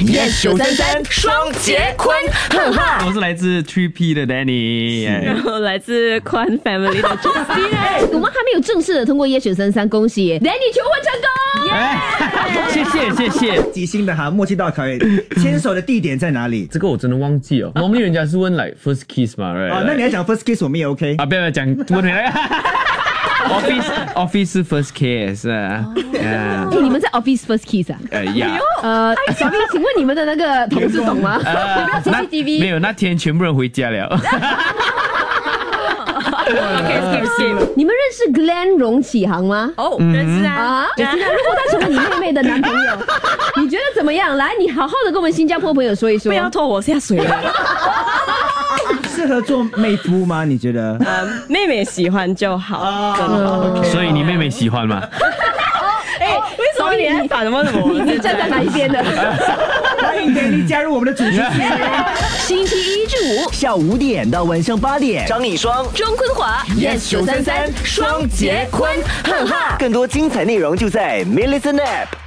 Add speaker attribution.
Speaker 1: yes 九三三，
Speaker 2: 双节坤，哈哈。
Speaker 3: 我是来自 Three P 的 Danny，哎
Speaker 2: 然后 来自宽 Family 的 Justin，
Speaker 4: 我哎们还没有正式的通过夜选三三，恭喜 Danny 求婚成功。
Speaker 3: 哎，谢谢谢谢。
Speaker 5: 即兴的哈，默契到考验。牵手的地点在哪里？
Speaker 3: 这个我真的忘记了，normally 人家是问 like first kiss 嘛，right？
Speaker 5: 哦，那你要讲 first kiss 我们也 OK
Speaker 3: 啊，。不要不要讲问你 那个 office office 是 first kiss 啊，
Speaker 5: 哦
Speaker 3: 啊
Speaker 4: 哎你们在 Office First Kiss 啊？
Speaker 3: 呃
Speaker 5: 哎
Speaker 3: 呀。呃
Speaker 4: 呃，小明，请问你们的那个同事懂吗？有没有
Speaker 3: 那
Speaker 4: CCTV？
Speaker 3: 没有，那天全部人回 家了。
Speaker 5: 哦
Speaker 2: OK，skip skip。
Speaker 4: 你们认识 Glenn 荣启航吗？
Speaker 2: 哦，认识啊
Speaker 4: 啊，，就是如果他成为你妹妹的男 朋友，你觉得怎么样？来，你好好的跟我们新加坡朋友说一说
Speaker 2: 不。要拖我下水了。
Speaker 5: 适合做妹夫吗？你觉得？
Speaker 2: 嗯，妹妹喜欢就
Speaker 1: 哦
Speaker 2: 好。真的
Speaker 3: 所以你妹妹喜欢吗？
Speaker 2: 哎，为什么你还反问我？
Speaker 4: 你站在哪一边 的？
Speaker 5: 嗯欢迎 Danny 加入我们的主持群。
Speaker 4: 星期一至五
Speaker 1: 下午五点到晚上八点
Speaker 6: 张一双。
Speaker 4: 中坤华
Speaker 1: ，yes 九三三，双节坤，哈哈。更多精彩内容就在 m i l l i c e n App。